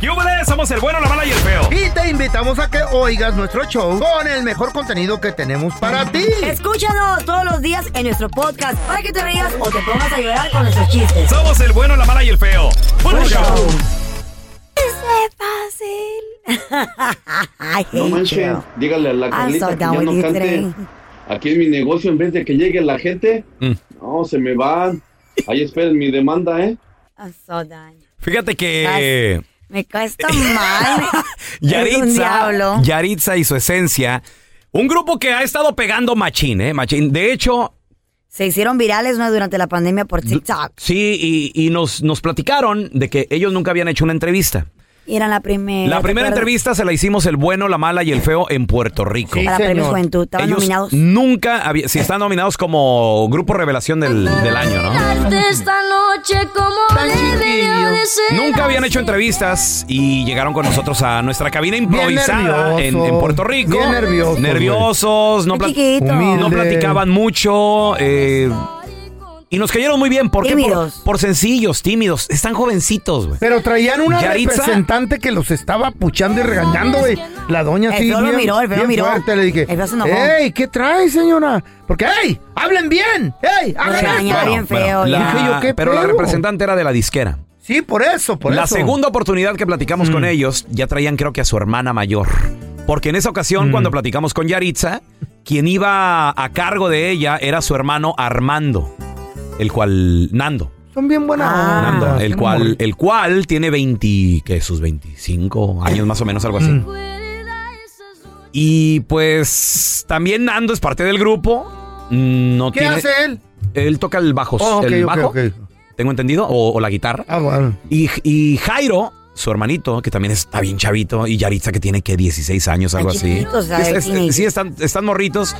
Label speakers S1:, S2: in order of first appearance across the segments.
S1: ¡Yúbales! Somos el bueno, la mala y el feo.
S2: Y te invitamos a que oigas nuestro show con el mejor contenido que tenemos para ti.
S3: Escúchanos todos los días en nuestro podcast para que te rías o te pongas a llorar con nuestros chistes.
S1: Somos el bueno, la mala y el feo. ¡Puro show!
S3: Es fácil.
S4: No manches, dígale a la Carlita
S3: Ah, so
S4: que
S3: down
S4: ya
S3: with
S4: no
S3: you
S4: cante
S3: today.
S4: aquí en mi negocio en vez de que llegue la gente. No, se me van. Ahí esperen mi demanda, ¿eh?
S3: I'm so done.
S1: Fíjate que
S3: Me cuesta mal. Es un diablo.
S1: Yaritza, Yaritza y su esencia, un grupo que ha estado pegando machín, ¿eh? Machín. De hecho,
S3: Se hicieron virales ¿no? durante la pandemia por TikTok.
S1: sí, y, y nos, nos platicaron de que ellos nunca habían hecho una entrevista.
S3: Y era la primera.
S1: La
S3: ¿te
S1: primera
S3: acuerdas?
S1: entrevista se la hicimos el bueno, la mala y el feo en Puerto Rico.
S2: Sí,
S3: Para
S2: señor.
S3: Premio Juventud. Estaban
S1: Ellos
S3: nominados.
S1: nunca habían, si están nominados como grupo revelación del, del año, ¿no?
S5: esta noche como
S1: Nunca habían hecho entrevistas y llegaron con nosotros a nuestra cabina improvisada
S2: Bien
S1: en,
S2: nerviosos.
S1: en Puerto Rico.
S2: Bien nerviosos,
S1: Nerviosos, no,
S3: Qué
S1: pla-
S3: chiquito.
S2: humilde.
S1: no platicaban mucho. eh, y nos cayeron muy bien. ¿Por qué? Por,
S3: Tímidos.
S1: por sencillos, tímidos. Están jovencitos, güey.
S2: Pero traían una
S1: Yaritza.
S2: representante que los estaba puchando y regañando, güey. La doña
S3: El
S2: sí,
S3: feo lo
S2: bien,
S3: miró, el feo
S2: bien
S3: miró.
S2: fuerte. Le dije,
S3: El feo se enojó.
S2: ¡Ey, qué trae, señora! Porque, ¡ey, hablen bien! ey, hagan
S3: regañaba
S2: esto!
S3: bien feo,
S1: la-
S3: ya.
S2: Dije yo, ¿qué
S1: pero la
S2: pedo?
S1: representante era de la disquera.
S2: Sí, por eso, por
S1: la
S2: eso. Mm.
S1: segunda oportunidad que platicamos con ellos, ya traían creo que a su hermana mayor. Porque en esa ocasión,
S2: Mm.
S1: cuando platicamos con Yaritza, quien iba a cargo de ella era su hermano Armando, el cual, Nando,
S2: Son bien buenas.
S3: Ah.
S2: ondas,
S1: Nando, el
S2: son
S1: cual,
S2: amor.
S1: el cual tiene 20, que sus 25 años más o menos, algo así.
S2: Mm.
S1: Y pues también Nando es parte del grupo. Mm, No
S2: ¿Qué
S1: tiene,
S2: hace él?
S1: Él toca el bajo,
S2: Oh, ok,
S1: el
S2: ok,
S1: bajo,
S2: ok.
S1: tengo entendido, o- o la guitarra.
S2: Ah, bueno.
S1: Y, y Jairo, su hermanito, que también está bien chavito, y Yaritza, que tiene que 16 años, algo
S3: Están
S1: así.
S3: chiquitos, o sea,
S1: Es- es-
S3: teenagers.
S1: sí, están, están morritos.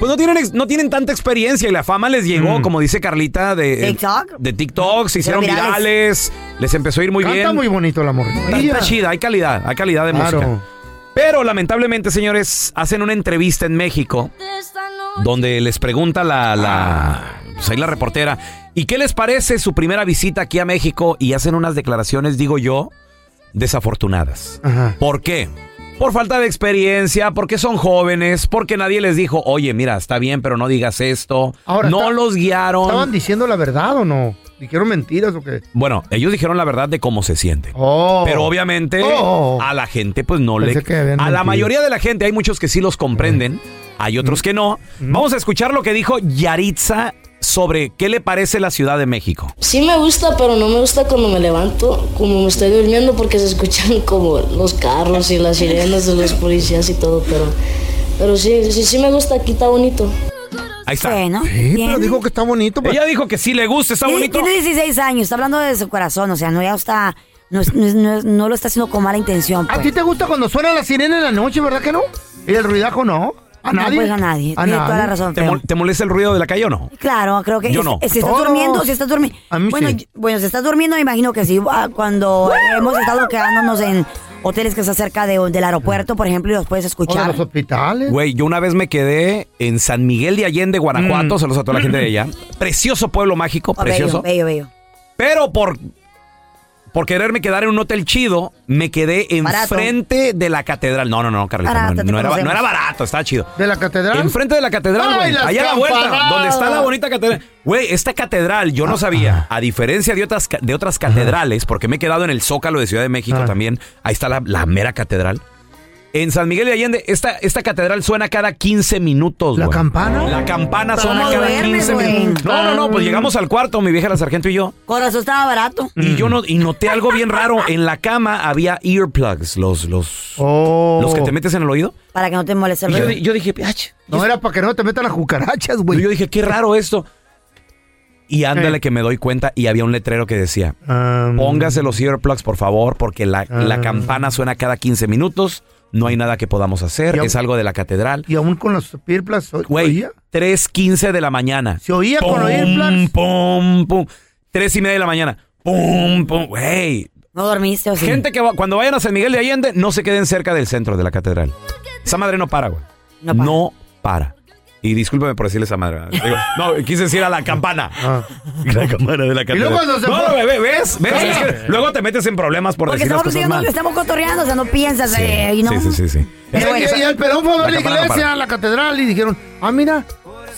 S1: Pues no tienen, ex- no tienen tanta experiencia y la fama les
S2: Mm.
S1: llegó, como dice Carlita, de eh,
S3: TikTok.
S1: De TikTok, se hicieron
S3: virales.
S1: virales. les empezó a ir muy
S2: Canta
S1: bien.
S2: muy bonito el amor.
S1: Está- está chida, hay calidad, hay calidad de
S2: Claro.
S1: música. Pero lamentablemente, señores, hacen una entrevista en México donde les pregunta la, la, pues ahí la reportera, ¿y qué les parece su primera visita aquí a México? Y hacen unas declaraciones, digo yo, desafortunadas.
S2: Ajá.
S1: ¿Por qué? Por falta de experiencia, porque son jóvenes, porque nadie les dijo, oye, mira, está bien, pero no digas esto.
S2: Ahora,
S1: no
S2: está-
S1: los
S2: ¿Estaban
S1: guiaron.
S2: diciendo la verdad o no? ¿Dijeron mentiras o qué?
S1: Bueno, ellos dijeron la verdad de cómo se sienten.
S2: Oh.
S1: Pero obviamente
S2: Oh.
S1: a la gente pues no
S2: Pensé
S1: le...
S2: que
S1: a
S2: habían
S1: la
S2: mentido. Mm.
S1: mayoría de la gente hay muchos que sí los comprenden, hay otros que no. Vamos a escuchar lo que dijo Yaritza sobre qué le parece la Ciudad de México.
S5: Sí me gusta, pero no me gusta cuando me levanto, como me estoy durmiendo, porque se escuchan como los carros y las sirenas de los policías y todo, pero, pero sí, sí, sí me gusta, aquí está bonito.
S1: Ahí está.
S3: Bueno,
S2: Sí,
S3: bien.
S2: pero dijo que está bonito. pues. pero-
S1: Ella dijo que sí le gusta, está
S3: Tiene-
S1: bonito.
S3: Tiene 16 años, está hablando de su corazón, o sea, no ya está, no, es- no es- no es- no lo está haciendo con mala intención.
S2: ¿A
S1: Ah,
S3: pues.
S2: ti te gusta cuando suena la sirena en la noche, verdad que no? ¿Y el ruidajo no? ¿A
S3: No,
S2: nadie?
S3: pues, a nadie. Tiene toda la razón,
S1: ¿Te,
S3: feo.
S1: mol- te molesta el ruido de la calle o no?
S3: Claro, creo que
S1: Yo
S3: es-
S1: no.
S3: es- si estás
S2: Todos.
S3: durmiendo, si estás durmiendo.
S2: A mí
S3: Bueno,
S2: sí.
S3: yo- bueno, si estás durmiendo, me imagino que sí. Ah, Cuando hemos estado quedándonos en hoteles que está cerca de- del aeropuerto, por ejemplo, y los puedes
S2: ¿O de
S3: escuchar.
S2: los hospitales?
S1: Güey, yo una vez me quedé en San Miguel de Allende,
S2: Mm.
S1: Guanajuato, saludos a toda la gente de allá. Precioso pueblo mágico,
S3: Oh, bello,
S1: precioso.
S3: bello, bello.
S1: Pero por, por quererme quedar en un hotel chido, me quedé
S3: Barato.
S1: enfrente de la catedral. No, no, no, Carlita. no,
S3: Barato,
S1: no,
S3: te
S1: era,
S3: conocemos.
S1: no era barato, estaba chido.
S2: ¿De la catedral?
S1: Enfrente de la catedral,
S2: ¿Ah? ¡Ay,
S1: güey.
S2: las
S1: Allá a la vuelta,
S2: campanadas!
S1: donde está la bonita catedral. Güey, esta catedral yo
S3: Ah,
S1: no sabía. A diferencia de otras, ca- de otras catedrales, porque me he quedado en el Zócalo de Ciudad de México
S2: Ah.
S1: también. Ahí está la, la mera catedral. En San Miguel de Allende, esta, esta catedral suena cada 15 minutos,
S2: ¿La
S1: güey.
S2: campana?
S1: La campana
S3: ¿Cómo
S1: suena cada
S3: duermes,
S1: 15
S3: güey?
S1: minutos. No, no, no, pues llegamos al cuarto, mi vieja la sargento y yo.
S3: Corazón estaba barato.
S1: Y
S2: Mm.
S1: yo no, y noté algo bien raro. En la cama había earplugs, los, los,
S2: Oh.
S1: los que te metes en el oído.
S3: Para que no te moleste el
S1: Y yo,
S3: ruido.
S1: di- yo dije, "Ach".
S2: No era para que no te metan las cucarachas,
S1: Y yo
S2: güey.
S1: dije, qué raro esto. Y ándale
S2: Eh.
S1: que me doy cuenta y había un letrero que decía,
S2: Ah,
S1: póngase los earplugs por favor, porque la, la campana suena cada 15 minutos, No hay nada que podamos hacer.
S2: Y aún-
S1: es algo de la catedral.
S2: Y aún con los pirplas, ¿se
S1: Güey,
S2: oía?
S1: 3.15 de la mañana.
S2: ¿Se oía con los
S1: Pum,
S2: earplugs?
S1: pum, pum. Tres y media de la mañana. Pum, pum. Güey.
S3: ¿No dormiste o sí?
S1: Gente que va- cuando vayan a San Miguel de Allende, no se queden cerca del centro de la catedral. Esa madre no para, güey.
S3: No
S1: No
S3: para.
S1: para. Y discúlpame por decirle esa madre. Digo, no, quise decir a la campana. La campana de la catedral.
S2: Ah. luego cuando se
S1: no,
S2: fue-
S1: ve- ve- ¿ves? ¿Ves? Es que luego te metes en problemas por
S3: Porque
S1: decir las
S3: estamos
S1: cosas
S3: diciendo
S1: mal.
S3: que estamos cotorreando, o sea, no piensas. eh, y no.
S1: Sí, sí, sí, sí.
S2: Y,
S3: Pero bueno,
S2: y- y el pelón fue a ver la
S1: La campana no
S2: iglesia,
S1: para.
S2: a la catedral, y dijeron, ah, mira,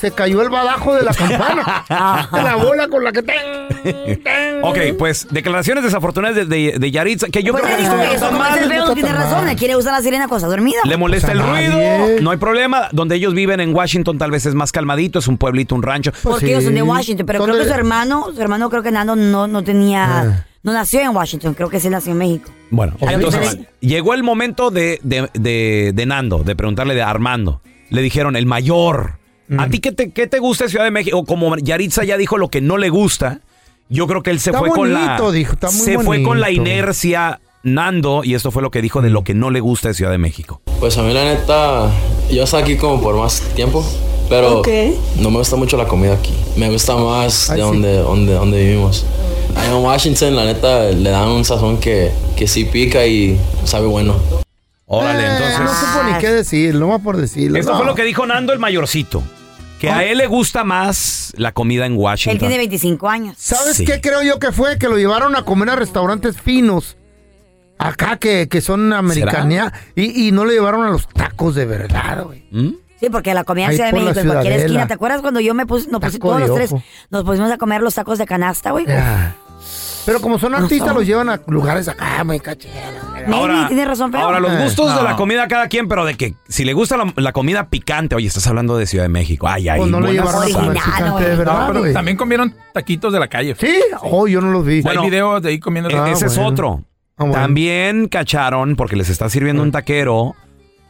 S2: se cayó el badajo de la campana. la bola con la que... ten, ten.
S1: Ok, pues declaraciones desafortunadas de, de, de Yaritza, que yo
S3: pues
S1: creo
S3: te
S1: que no
S3: digo,
S1: estuvieron
S3: eso
S1: tan
S3: como
S1: mal.
S3: es el feo, tiene razón, le quiere usar la sirena cosa dormida.
S1: Le molesta el
S2: pasa
S1: ruido,
S2: Pues nadie.
S1: no hay problema. Donde ellos viven en Washington tal vez es más calmadito, es un pueblito, un rancho.
S3: Porque
S2: Pues sí.
S3: ellos son de Washington, pero
S2: Son
S3: creo que
S2: de- Ah.
S3: su hermano, su hermano creo que Nando no, no tenía, no nació en Washington, creo que sí nació en México.
S1: Bueno,
S3: Algo
S1: entonces
S3: diferente.
S1: llegó el momento de, de- de- de Nando, de preguntarle de Armando. Le dijeron, el mayor, ¿a ti qué te, qué te gusta de Ciudad de México? Como Yaritza ya dijo lo que no le gusta, yo creo que él se
S2: Está
S1: fue con la...
S2: bonito, dijo, está muy
S1: se fue con la
S2: bonito.
S1: inercia Nando y esto fue lo que dijo de lo que no le gusta de Ciudad de México.
S6: Pues a mí la neta, yo estoy aquí como por más tiempo, pero
S5: Ok.
S6: no me gusta mucho la comida aquí. Me gusta más de
S2: Ay, sí.
S6: donde, donde, donde vivimos. Allá en Washington, la neta, le dan un sazón que, que sí pica y sabe bueno.
S1: Órale,
S2: Eh,
S1: entonces...
S2: No supo ni qué decir, no más por decirlo.
S1: Esto
S2: no.
S1: fue lo que dijo Nando el mayorcito. Que
S2: Ah.
S1: a él le gusta más la comida en
S3: Él
S1: Washington.
S3: tiene 25 años.
S2: ¿Sabes
S1: Sí.
S2: qué creo yo que fue? Que lo llevaron a comer a restaurantes finos. Acá que, que son americanía. Y, y no le llevaron a los tacos de verdad, güey.
S1: ¿Mm?
S3: Sí, porque la comida en
S2: Ahí
S3: Ciudad de
S2: por la
S3: México, en cualquier
S2: Ciudadela.
S3: esquina. ¿Te acuerdas cuando yo me puse, nos pusimos
S2: Taco
S3: todos
S2: de
S3: los tres,
S2: ojo.
S3: nos pusimos a comer los tacos de canasta, güey?
S2: Ah. Pero como son artistas,
S3: sabe.
S2: los llevan a lugares acá, me caché.
S3: Maybe, tiene razón, feo.
S1: ahora los
S2: Eh,
S1: gustos
S2: no.
S1: de la comida cada quien, pero de que si le gusta la, la comida picante, oye, estás hablando de Ciudad de México. Ay, ay,
S2: Pues no lo
S1: buenas-
S2: llevaron a comer
S3: original,
S2: picante
S3: güey.
S2: de verdad, güey.
S7: También comieron taquitos de la calle.
S2: ¿Sí? Oh, yo no los vi.
S1: Bueno, e-,
S7: Hay videos de ahí comiendo.
S2: Ah,
S1: ese es
S2: bueno.
S1: otro.
S2: Ah, bueno.
S1: También cacharon porque les está sirviendo un taquero,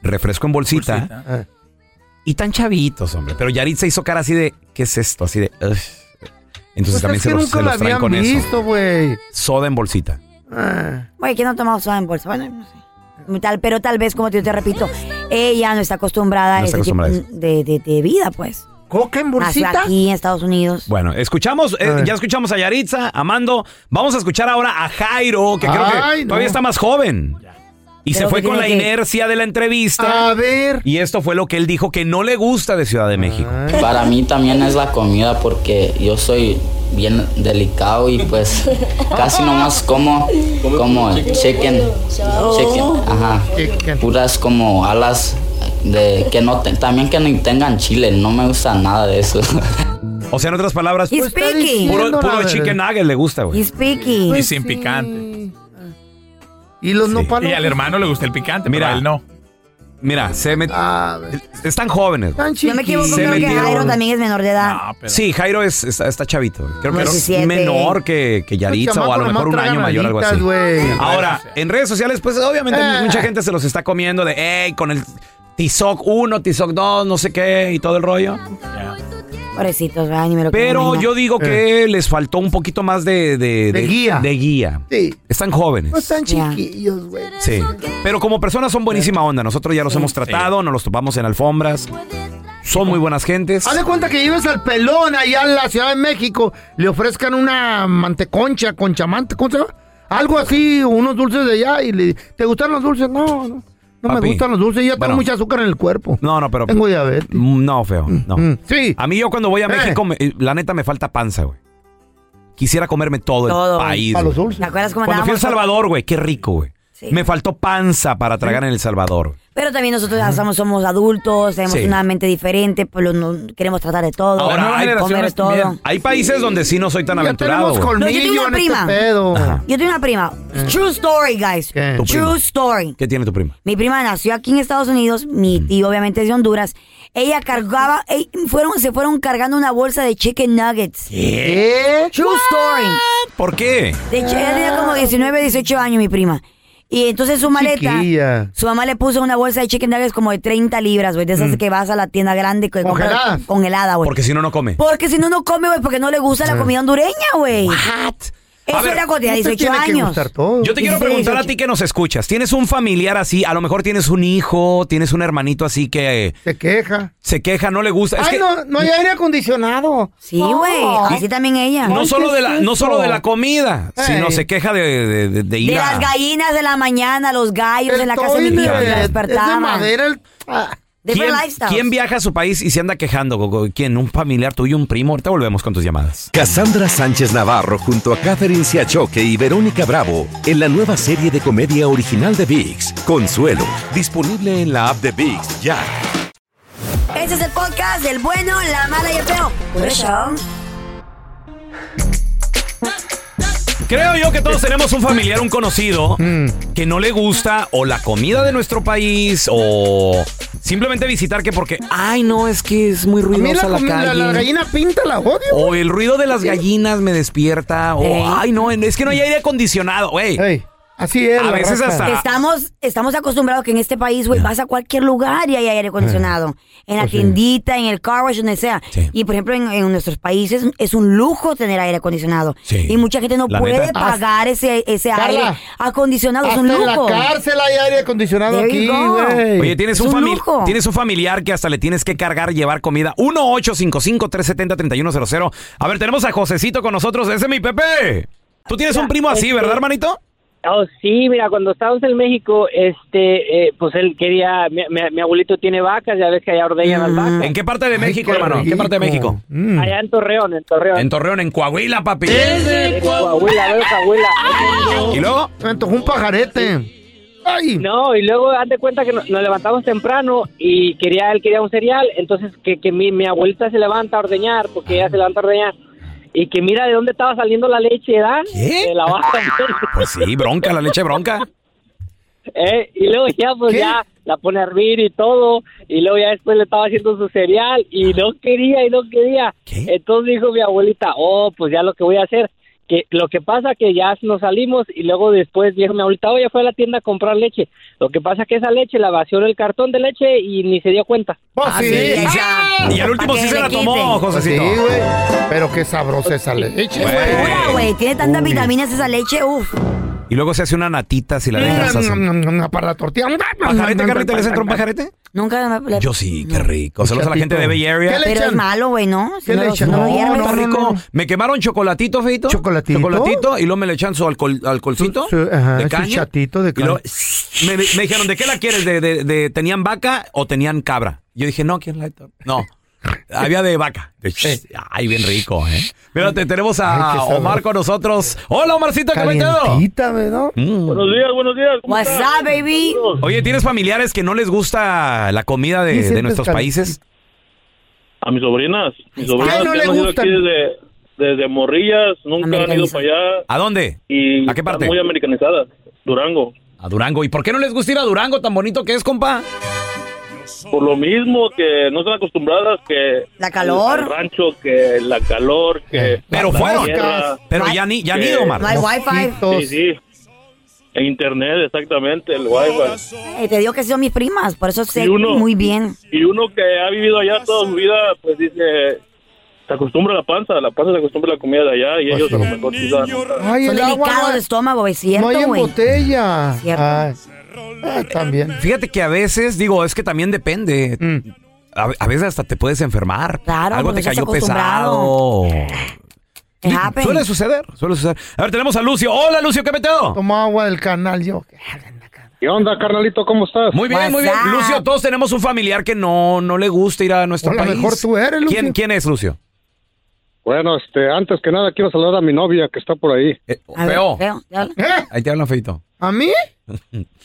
S1: refresco en bolsita,
S7: Bolsita.
S2: Eh.
S1: y tan chavitos, hombre. Pero Yaritza hizo cara así de, ¿qué es esto? Así de, "Ugh".
S2: Pues
S1: entonces también
S2: es que
S1: se los,
S2: nunca
S1: se
S2: la
S1: los traen con
S2: habían
S1: eso.
S2: visto, güey.
S1: Soda en bolsita.
S2: Ah.
S3: Oye, ¿quién no ha tomado soda en bolsa? Bueno, no sé. Tal, pero tal vez, como yo te repito, ella no está acostumbrada a
S1: No está
S3: ese tipo
S1: acostumbrada
S3: de, de- de vida, pues.
S2: ¿Coca en
S3: Nació
S2: bolsita?
S3: aquí en Estados Unidos.
S1: Bueno, escuchamos, eh,
S2: Ah.
S1: ya escuchamos a Yaritza, Amando. Vamos a escuchar ahora a Jairo, que creo
S2: Ay,
S1: que
S2: no.
S1: todavía está más joven. Y
S3: Pero
S1: se fue
S3: que
S1: con la
S3: tiene que-
S1: inercia de la entrevista.
S2: A ver.
S1: Y esto fue lo que él dijo que no le gusta de Ciudad de México.
S2: Ah.
S8: Para mí también es la comida porque yo soy bien delicado y pues casi nomás como como chicken, chicken, ajá,
S2: Chicken.
S8: puras como alas de que no te- también que no tengan chile, no me gusta nada de eso.
S1: O sea, en otras palabras,
S3: He's
S2: Pues está
S3: picky.
S2: diciendo-
S1: puro,
S2: no,
S1: puro
S2: la
S1: chicken
S2: verdad.
S1: nugget le gusta, güey.
S3: He's picky.
S2: Pues
S7: Y sin picante.
S2: ¿Y los
S1: Sí.
S2: nopales?
S7: Y al hermano le gusta el picante,
S1: Mira.
S7: Mira. pero a él no.
S1: Mira, se met-
S2: A ver.
S1: están jóvenes. güey.
S2: Tan
S3: Yo me equivoco,
S2: chiquitos.
S1: Se
S3: creo que
S1: metieron-
S3: Jairo también es menor de edad.
S7: No, pero-
S1: Sí, Jairo es, está, está chavito. güey. Creo que es
S3: 17.
S1: menor que, que Yaritza o a lo
S2: chamacos
S1: mejor un
S2: nomás
S1: año mayor, algo así.
S2: tragan alitas,
S3: Ah.
S2: güey.
S1: Ahora, en redes sociales, pues obviamente
S2: Eh.
S1: mucha gente se los está comiendo de, hey, con el Tizoc 1, Tizoc 2, no sé qué, y todo el rollo.
S2: Ah,
S7: Ya.
S3: Pobrecitos, ¿verdad? Ni me lo quiero
S1: Pero
S3: imaginar.
S1: yo digo que les faltó un poquito más de, de,
S2: Eh. De
S1: de-
S2: guía.
S1: de guía.
S2: Sí. Pues,
S1: Están jóvenes.
S2: No están
S3: Ya.
S2: chiquillos, güey.
S1: Sí. Pero como personas son buenísima onda. Nosotros ya los hemos tratado, nos los topamos en alfombras. Son muy buenas gentes.
S2: Haz Ah, de cuenta que lleves al pelón allá en la Ciudad de México, le ofrezcan una manteconcha con chamante, ¿cómo se llama? Algo así, unos dulces de allá y le ¿te gustan los dulces? No, no. No
S1: Papi,
S2: me gustan los dulces, yo tengo
S1: bueno.
S2: mucha azúcar en el cuerpo.
S1: No, no, pero.
S2: Tengo diabetes.
S1: Mm, No, feo. No.
S2: Mm, sí.
S1: A mí yo cuando voy a
S2: Eh.
S1: México, me- eh, la neta me falta panza, güey. Quisiera comerme todo,
S3: Todo,
S1: el
S3: güey.
S1: país.
S2: Para los
S1: güey.
S2: dulces.
S3: ¿Te acuerdas cómo
S1: Cuando fui a El
S3: andábamos?
S1: Salvador, güey, qué rico, güey.
S3: Sí.
S1: Me faltó panza para tragar en El Salvador.
S3: Pero también nosotros ya somos, somos adultos, tenemos
S1: Sí.
S3: una mente diferente, pues lo- no- queremos tratar de todo,
S1: Ahora,
S3: comer
S1: hay
S3: comer
S7: generaciones
S3: todo.
S7: también.
S1: Hay países donde sí no soy tan
S2: Ya
S1: aventurado.
S2: tenemos
S1: güey.
S3: No, yo
S2: colmillo
S3: tengo una
S2: en este
S3: prima.
S2: pedo.
S1: Ajá.
S3: Yo tengo una prima. True story, guys.
S2: ¿Qué?
S1: Eh. Tu
S3: True
S1: prima.
S3: story.
S1: ¿Qué tiene tu prima?
S3: Mi prima nació aquí en Estados Unidos, mi
S1: Mm.
S3: tío obviamente es de Honduras. Ella cargaba, ey, fueron, se fueron cargando una bolsa de chicken nuggets.
S2: ¿Eh?
S3: True story.
S1: ¿Por qué?
S3: De hecho, ella tenía como 19, 18 años, mi prima. Y entonces su maleta,
S2: Chiquilla.
S3: su mamá le puso una bolsa de chicken nuggets como de 30 libras, güey, de esas
S1: Mm.
S3: que vas a la tienda grande. que compras-
S2: Congeladas.
S3: Congelada, güey.
S1: Porque si no, no come.
S3: Porque si no, no come, güey, porque no le gusta la comida hondureña, güey. Eso
S1: Ah. A ver,
S3: era cuando tenía
S1: no te
S3: 18
S1: tiene que
S3: años.
S1: gustar Yo te quiero
S3: Sí,
S1: preguntar a
S3: 18.
S1: ti que nos escuchas. ¿Tienes un familiar así? A lo mejor tienes un hijo, tienes un hermanito así que... eh,
S2: Se queja.
S1: Se queja, no le gusta. Es
S2: Ay,
S1: que
S2: no, no hay aire acondicionado.
S3: Sí, güey. Así también ella.
S1: no, solo de la, no solo de la comida, sino se queja de, de, de- de ir
S3: De
S1: a-
S3: las gallinas de la mañana, los gallos en la casa de mi tío
S1: toile
S3: que la
S1: es de
S3: despertaban.
S2: madera el...
S3: Different
S1: ¿Quién,
S3: lifestyles.
S1: quién viaja a su país y se anda quejando? Gogo? ¿Quién? ¿Un familiar tuyo, un primo? Ahorita volvemos con tus llamadas.
S9: Cassandra Sánchez Navarro junto a Catherine Siachoque y Verónica Bravo en la nueva serie de comedia original de VIX, Consuelo, disponible en la app de VIX ya.
S3: Ese es el podcast del bueno, la mala y el feo. Por eso.
S1: Creo yo que todos tenemos un familiar, un conocido,
S2: Mm.
S1: que no le gusta o la comida de nuestro país o simplemente visitar que porque, ay, no, es que es muy
S2: A mí la,
S1: ruidosa la,
S2: comi- la-
S1: calle.
S2: la gallina pinta la odio.
S1: O el ruido de las gallinas me despierta. O,
S2: Ey.
S1: ay, no, es que no hay aire acondicionado, güey.
S2: Así es.
S1: A
S2: la
S1: veces
S2: raza.
S1: hasta...
S3: Estamos, estamos acostumbrados que en este país, güey, vas a cualquier lugar y hay aire acondicionado. En la
S1: Pues sí.
S3: tiendita, en el car wash, donde sea. Y por ejemplo, en, en nuestros países es un lujo tener aire acondicionado.
S2: Sí.
S3: Y mucha gente no
S2: La
S3: puede
S2: neta.
S3: pagar ese, ese
S2: Carla,
S3: aire acondicionado. Es
S2: Hasta
S3: un
S2: en
S3: lujo.
S2: la cárcel hay aire acondicionado
S3: There
S2: aquí,
S3: you go.
S2: güey.
S1: Oye, tienes un, fami-
S2: familiar.
S1: tienes un familiar que hasta le tienes que cargar, llevar comida. 1-855-370-3100. A ver, tenemos a Josecito con nosotros. Ese es mi Pepe. Tú tienes un primo así, ¿verdad, hermanito?
S10: Oh, sí, mira, cuando estábamos en México, este, eh, pues él quería, mi, mi- mi abuelito tiene vacas, ya ves que allá ordeñan
S3: Mm.
S10: las vacas.
S1: ¿En qué parte de México, hermano? ¿En qué parte de México?
S2: Mm,
S10: Allá en Torreón, en Torreón.
S1: En Torreón, en Coahuila, papi.
S10: En Coahuila, veo Coahuila.
S1: ¿Y luego?
S2: Me antojó un pajarete.
S10: No, y luego haz de cuenta que no- nos, levantamos temprano y quería él quería un cereal, entonces que, que mi, mi abuelita se levanta a ordeñar, porque ella se levanta a ordeñar, y que mira de dónde estaba saliendo la leche, ¿verdad? De la vaca.
S1: Pues sí, bronca, la leche bronca.
S10: Eh, y luego ya, pues ya la pone a hervir y todo. Y luego ya después le estaba haciendo su cereal y
S1: Ah.
S10: no quería y no quería. Entonces dijo mi abuelita, oh, pues ya lo que voy a hacer. Que lo que pasa que ya nos salimos y luego después dijo mi abuelita, oye, fue a la tienda a comprar leche. Lo que pasa que esa leche la vació en el cartón de leche y ni se dio cuenta.
S2: pues
S1: Y al último Ah, sí se la tomó, Josecito.
S2: Ah, Sí, güey. Pero qué sabrosa esa leche,
S1: Güey.
S2: güey.
S3: Pura, güey. Tiene tantas
S1: Uy.
S3: vitaminas esa leche, uff.
S1: Y luego se hace una natita si la
S2: Mm,
S1: dejas así.
S2: Para la tortilla. Mm,
S1: ¿Pajarete, Carlita? ¿Les entra un pajarete?
S3: Nunca me...
S1: Yo sí, qué rico. Saludos a la gente de Bay Area.
S3: Pero es malo, güey, ¿no? Si no, lo- si no lo hierves.
S1: está rico. Me quemaron chocolatito, feito. Chocolatito. Chocolatito y luego me le echan su alcohol, alcoholcito.
S2: Su- ajá,
S1: de
S2: su
S1: caña.
S2: chatito de
S1: Y luego,
S2: caña.
S1: me, me dijeron, ¿de qué la quieres? ¿De, de, de- tenían vaca o tenían cabra? Yo dije, no, ¿quién la No. Había de vaca. De- Ay, bien rico, ¿eh? Mírate, tenemos a
S2: Ay, qué sabor.
S1: Omar con nosotros. Hola, Omarcito, ¿qué metido?
S2: Calientita, güey, ¿no?
S11: Buenos días, buenos días. ¿cómo
S3: What's
S11: estás?
S3: up, baby?
S1: Mm. Oye, ¿tienes familiares que no les gusta la comida
S11: Sí,
S1: de, de
S11: siempre
S1: nuestros
S11: es cali-
S1: países?
S11: A mis sobrinas. Mis sobrinas
S1: Ay, no
S11: que
S1: le
S11: han nacido
S1: gustan.
S11: aquí desde, desde morrillas, nunca han ido
S1: Americanizadas.
S11: para allá.
S1: ¿A dónde?
S11: Y
S1: ¿A qué parte?
S11: Están muy americanizadas. Durango.
S1: A Durango. ¿Y por qué no les gusta ir a Durango tan bonito que es, compa?
S11: Por lo mismo que no están acostumbradas que...
S3: La calor.
S11: El, rancho, que la calor,
S2: Eh,
S11: que...
S1: Pero
S11: la
S1: fueron.
S11: tierra,
S1: Pero ya ni- ya han
S11: que-
S1: ido, Omar. No hay
S3: wifi.
S11: Sí, sí. En internet, exactamente, el wifi.
S3: Eh, te digo que son mis primas, por eso sé
S11: Y uno-
S3: muy bien.
S11: Y uno que ha vivido allá toda su vida, pues dice... Se acostumbra a la panza, la panza se acostumbra a la comida de allá y ellos a lo mejor quizás nunca.
S2: Ay,
S3: son
S2: el agua
S3: delicados
S2: no-
S3: de estómago, güey,
S2: No
S3: cierto,
S2: hay en
S3: güey.
S2: botella. Ay. Ah, también.
S1: Fíjate que a veces, digo, es que también depende. A, a veces hasta te puedes enfermar.
S3: Claro,
S1: Algo
S3: porque
S1: te
S3: estás
S1: cayó
S3: acostumbrado.
S1: pesado.
S3: It happens.
S1: Suele suceder, suele suceder. A ver, tenemos a Lucio. Hola, Lucio, ¿qué meteo?
S2: Toma agua del canal, yo.
S12: ¿Qué onda, carnalito? ¿Cómo estás?
S1: Muy bien, muy bien. Lucio, todos tenemos un familiar que no, no le gusta ir a nuestro
S12: Hola,
S1: país.
S12: mejor tú eres, Lucio.
S1: ¿Quién, quién es, Lucio?
S12: Bueno, este, antes que nada quiero saludar a mi novia que está por ahí.
S1: Feo. Eh, Ahí te hablan, Feito.
S2: ¿A mí?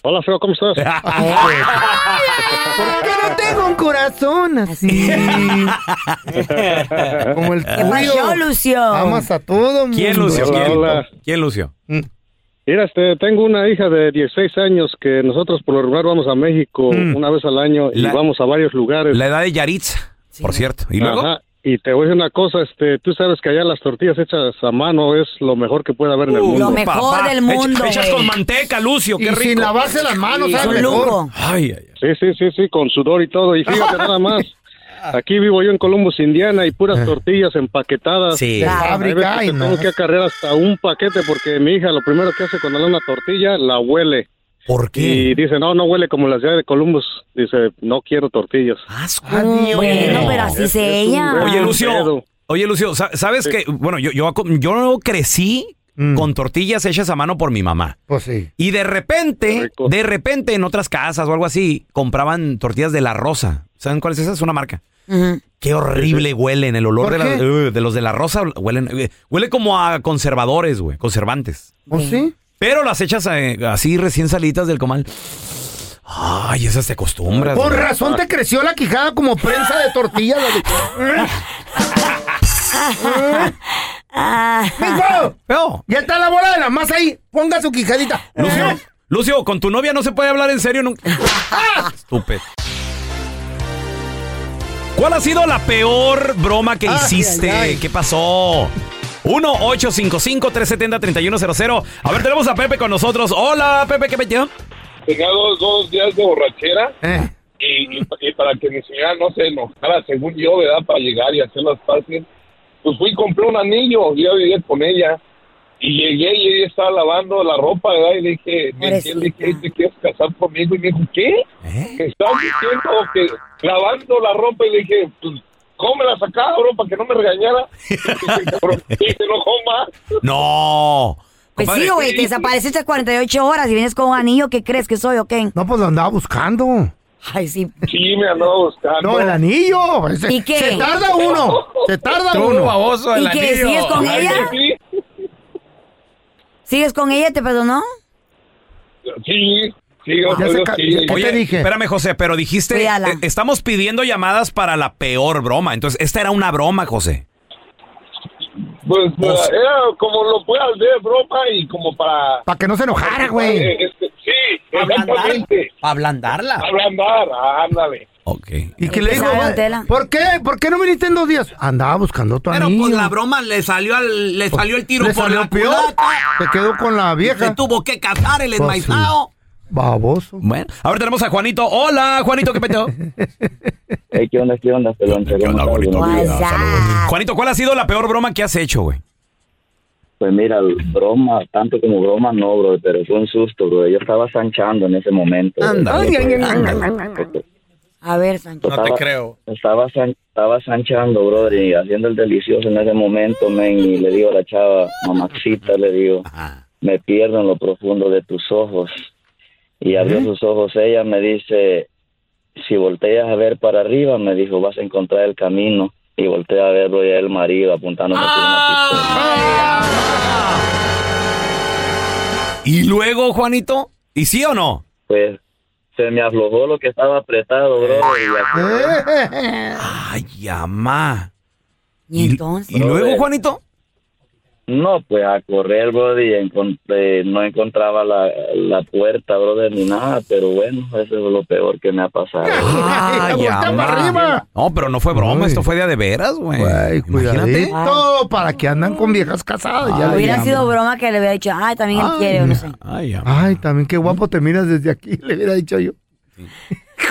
S12: Hola, feo, ¿cómo estás?
S2: Yo no tengo un corazón así. Como el
S3: ¿Qué
S2: tuyo.
S3: pasó, Lucio?
S2: Amas a todo mundo.
S1: ¿Quién, Lucio?
S12: Hola,
S1: ¿Quién?
S12: Mm. hola.
S1: ¿Quién, Lucio?
S12: Mira, este, tengo una hija de 16 años que nosotros por lo regular vamos a México una vez al año y
S1: La-
S12: vamos a varios lugares.
S1: La edad de Yaritza, por cierto. ¿Y luego?
S12: Ajá. Y te voy a decir una cosa, este, tú sabes que allá las tortillas hechas a mano es lo mejor que puede haber
S1: Uh.
S12: en el mundo.
S3: lo mejor
S1: papá.
S3: del
S1: Echa-
S3: mundo.
S1: echas
S3: güey.
S1: con manteca, Lucio, qué
S2: Y
S1: rico.
S2: sin lavarse las manos,
S3: Sí,
S2: ¿sabes?
S3: es un
S2: Mejor.
S3: lujo.
S1: Ay, ay,
S12: Sí, sí, sí, sí, con sudor y todo. Y fíjate nada más. Aquí vivo yo en Columbus, Indiana, y puras tortillas empaquetadas.
S1: Sí.
S12: Hay
S2: De
S3: Ah,
S2: fábrica,
S12: veces que
S2: ay, no.
S12: Tengo que acarrear hasta un paquete porque mi hija lo primero que hace cuando le da una tortilla, la huele.
S1: ¿Por qué?
S12: Y dice, no, no huele como las de allá de Columbus. Dice, no quiero tortillas.
S3: Ah, Bueno, pero así
S12: Es-
S3: se
S12: es un
S3: ella.
S12: buen-
S1: Oye,
S12: un
S1: Lucio.
S12: pedo.
S1: Oye, Lucio, sa- ¿sabes
S12: Sí.
S1: que Bueno, yo, yo, aco- yo crecí
S2: Mm.
S1: con tortillas hechas a mano por mi mamá.
S2: Pues sí.
S1: Y de repente, de repente en otras casas o algo así, compraban tortillas de La Rosa. ¿Saben cuál es esa? Es una marca. Qué horrible huelen, el olor
S2: ¿Por
S1: de, la-
S2: qué?
S1: uh, de los de La Rosa huelen, eh, huele como a conservadores, güey, conservantes.
S2: ¿O sí?
S1: Pero las hechas eh, así recién salitas del comal. Ay, esas te acostumbras.
S2: Con
S1: güey.
S2: razón te creció la quijada como prensa de tortilla. ¡Mijo!
S1: Ya
S2: está la bola de la masa ahí. Ponga su quijadita.
S1: Lucio, con tu novia no se puede hablar en serio nunca. Ah, Estúpido. ¿Cuál ha sido la peor broma que
S13: Ay,
S1: hiciste?
S13: ay, ay.
S1: ¿Qué pasó? 1-855-370-3100. A ver, tenemos a Pepe con nosotros. Hola, Pepe, ¿qué metió?
S14: Tenía dos, dos días de borrachera y, y- y para que mi señora no se enojara, según yo, ¿verdad? Para llegar y hacer las paces, pues fui y compré un anillo, yo ya vivía con ella y llegué y ella estaba lavando la ropa, ¿verdad? Y le dije, me entiende que te quieres casar conmigo y me dijo, ¿qué?
S13: ¿Eh?
S14: ¿Me estás diciendo que lavando la ropa? Y le dije, pues, cómela sacada, bro, para que no me regañara. Y se enojó- y se enojó más.
S1: No.
S3: Pues sí,
S14: Compadre,
S3: güey, te
S14: sí.
S3: desapareciste 48 horas y vienes con un anillo. ¿Qué crees que soy o qué?
S2: No, pues lo andaba buscando.
S3: Ay, sí.
S14: Sí, me andaba buscando.
S2: No, eh. el anillo. Ese-
S3: ¿Y qué?
S2: Se tarda uno. Se tarda
S3: Tú,
S2: uno.
S3: baboso, el ¿Y qué, anillo. sigues con ella? ¿Sigues con ella? ¿Te perdonó?
S14: Sí, sí, gracias a Dios, sí.
S1: Oye, espérame, José, pero dijiste,
S3: Cuídala.
S1: eh, estamos pidiendo llamadas para la peor broma. Entonces, esta era una broma, José.
S14: Pues, eh, era como lo puedas ver, broma, y como para...
S2: Para que no se enojara, güey.
S14: Eh, este, sí, exactamente.
S1: Ablandarla.
S14: Ablandar, ah, ándale.
S2: ¿Y qué le dijo?
S14: Pesada,
S2: güey? ¿Por qué? ¿Por qué no viniste en dos días? Andaba buscando tu anillo. Pues,
S1: broma le salió, al, le pues, salió el
S2: Le salió peor. Se quedó con la vieja.
S1: tuvo que cazar el
S2: Pues sí. enmaizao. Baboso.
S1: Bueno, ahora tenemos a Juanito. Hola, Juanito, ¿qué peteo?
S15: Ey, ¿Qué onda? ¿Qué onda? Pelón? ¿Cómo estás? Buenos
S3: Pues
S15: días.
S1: Juanito, ¿cuál ha sido la peor broma que has hecho, güey?
S15: Pues mira, broma, tanto como broma no, bro, pero fue un susto, bro. Yo estaba sanchando en ese momento. eh,
S3: Anda.
S15: Yo
S3: Ay, ay, ay,
S15: estaba-
S3: ay, A ver, Sancho.
S15: estaba- Estaba, san- estaba sanchando, bro, y haciendo el delicioso en ese momento, men, y le digo a la chava, mamacita, le digo, me pierdo en lo profundo de tus ojos. Y abrió
S16: Ujú.
S15: sus ojos ella, me dice, si volteas a ver para arriba, me dijo, vas a encontrar el camino. Y voltea a ver, bro, ya el marido apuntándome por una pistola.
S1: ¿Y luego, Juanito? ¿Y sí o no?
S15: Pues se me aflojó lo que estaba apretado, bro. y ya-
S1: Ay, amá.
S3: ¿Y, entonces?
S1: ¿Y luego, Juanito?
S15: No, pues a correr, brother, y encon- eh, no encontraba la, la puerta, brother, ni nada, pero bueno, eso es lo peor que me ha pasado.
S1: Ay, amá. No, pero no fue broma, esto fue día de veras, güey. Eh, Imagínate.
S2: Cuidadito, para que andan con viejas casadas. ya le
S3: Hubiera
S2: llaman.
S3: sido broma que le hubiera dicho, ay, también él
S2: Ay,
S3: quiere o no sé.
S1: Ay,
S2: Ay, también qué guapo te miras desde aquí, le hubiera dicho yo.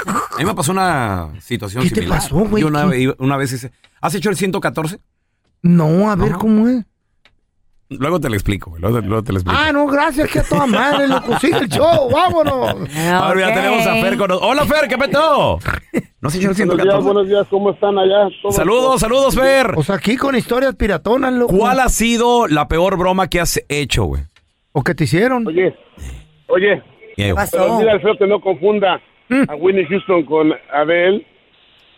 S1: A mí me pasó una situación
S2: ¿Qué te
S1: similar.
S2: pasó, güey?
S1: Yo una,
S2: ¿Qué?
S1: iba- una vez hice, ¿has hecho el 114?
S2: No, a ver cómo es.
S1: Luego te lo explico, güey. Luego, te- luego te lo explico.
S2: Ah, no, gracias, que a toda madre, loco. Sigue el show, vámonos.
S1: Ahora ya tenemos a Fer con nos- Hola, Fer, ¿qué petó? No has hecho el
S11: Buenos días,
S1: 114.
S11: buenos días, ¿cómo están allá? ¿Todo-
S1: Saludos, saludos, Fer.
S2: O sea, aquí con historias piratonas, loco.
S1: ¿Cuál ha sido la peor broma que has hecho, güey?
S2: ¿O qué te hicieron?
S11: Oye, oye,
S1: ¿Qué pasó?
S11: pero mira, Alfredo, que no confunda a Winnie Houston con Adele.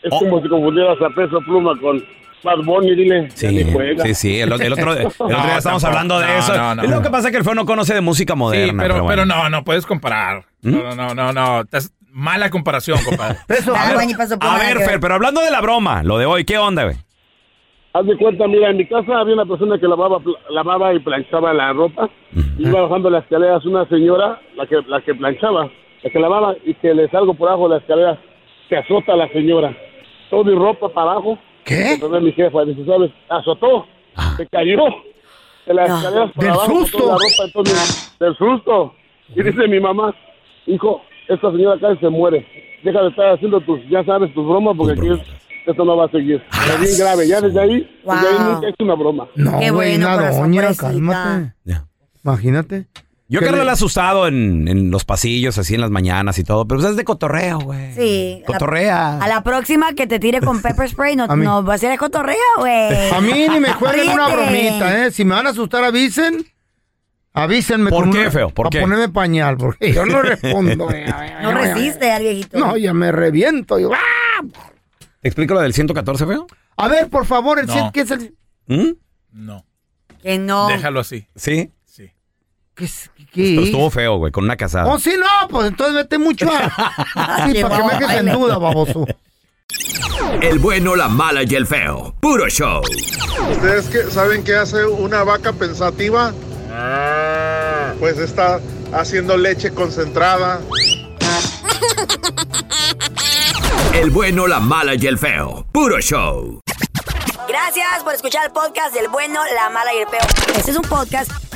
S11: Es como si confundieras a Peso Pluma con Bad Bunny, dile. ya
S1: Sí,
S11: ni juega.
S1: sí, sí, el, el otro, el
S7: No,
S1: otro día estábamos
S7: tampoco.
S1: hablando de
S7: No,
S1: eso.
S7: no, no.
S1: Lo que pasa es que el Fer no conoce de música moderna.
S7: Sí, pero, pero,
S1: bueno. ¿Mm?
S7: no, no puedes comparar. No, no, no, no. estás- mala comparación, compadre.
S3: Ah, güey, ni pasó por
S1: A
S3: nada
S1: ver,
S3: que
S1: Fer, pero hablando de la broma, lo de hoy, ¿qué onda, güey?
S11: Haz de cuenta, mira, en mi casa había una persona que lavaba, pl- lavaba y planchaba la ropa. Iba bajando las escaleras una señora, la que, la que planchaba, la que lavaba, y que le salgo por abajo de las escaleras. Se azota la señora. Toda mi ropa para abajo.
S2: ¿Qué?
S11: Entonces mi jefa dice, ¿sabes? Azotó. Se cayó. De las escaleras
S2: Ah. Del
S11: para abajo.
S2: susto.
S11: toda la ropa, entonces, del susto. Y dice mi mamá, hijo, esta señora casi se muere. Deja de estar haciendo tus, ya sabes, tus bromas porque aquí es esto no va a seguir. Es bien grave, ya desde ahí, desde ahí
S2: Wow.
S11: nunca es una broma.
S2: No, güey, una
S11: corazón,
S2: doña,
S11: pobrecita.
S2: cálmate. Imagínate.
S1: Yo
S2: ¿Qué
S1: creo que
S2: le-
S1: lo he asustado en, en los pasillos, así en las mañanas y todo, pero pues, es de cotorreo, güey.
S3: Sí. a la-
S1: Cotorrea.
S3: A la próxima que te tire con pepper spray, no,
S2: A mí.
S3: no va a ser de cotorrea, güey.
S2: A mí ni me jueguen una
S3: Ríete.
S2: bromita, ¿eh? Si me van a asustar, avisen. Avísenme.
S1: ¿Por
S2: con
S1: qué,
S2: una-
S1: feo? ¿Por
S2: pa'
S1: qué?
S2: ponerme pañal, porque yo no respondo. güey.
S3: No resiste al viejito.
S2: no, ya me reviento. Yo, ¡ah!
S1: ¿Te explico lo del 114, feo?
S2: A ver, por favor, el
S1: No.
S2: cien- ¿qué es el...?
S1: ¿Mm?
S7: No.
S3: Que no.
S7: Déjalo así.
S1: ¿Sí?
S2: ¿Qué es- qué
S1: Esto
S2: es?
S1: Estuvo feo, güey, con una casada.
S2: Oh, sí, no, pues entonces vete mucho a... Sí, para que me dejes en duda, baboso.
S13: El bueno, la mala y el feo. Puro show.
S16: ¿Ustedes qué- saben qué hace una vaca pensativa? Pues está haciendo leche concentrada.
S13: El bueno, la mala y el feo. Puro show.
S3: Gracias por escuchar el podcast del bueno, la mala y el peor. Este es un podcast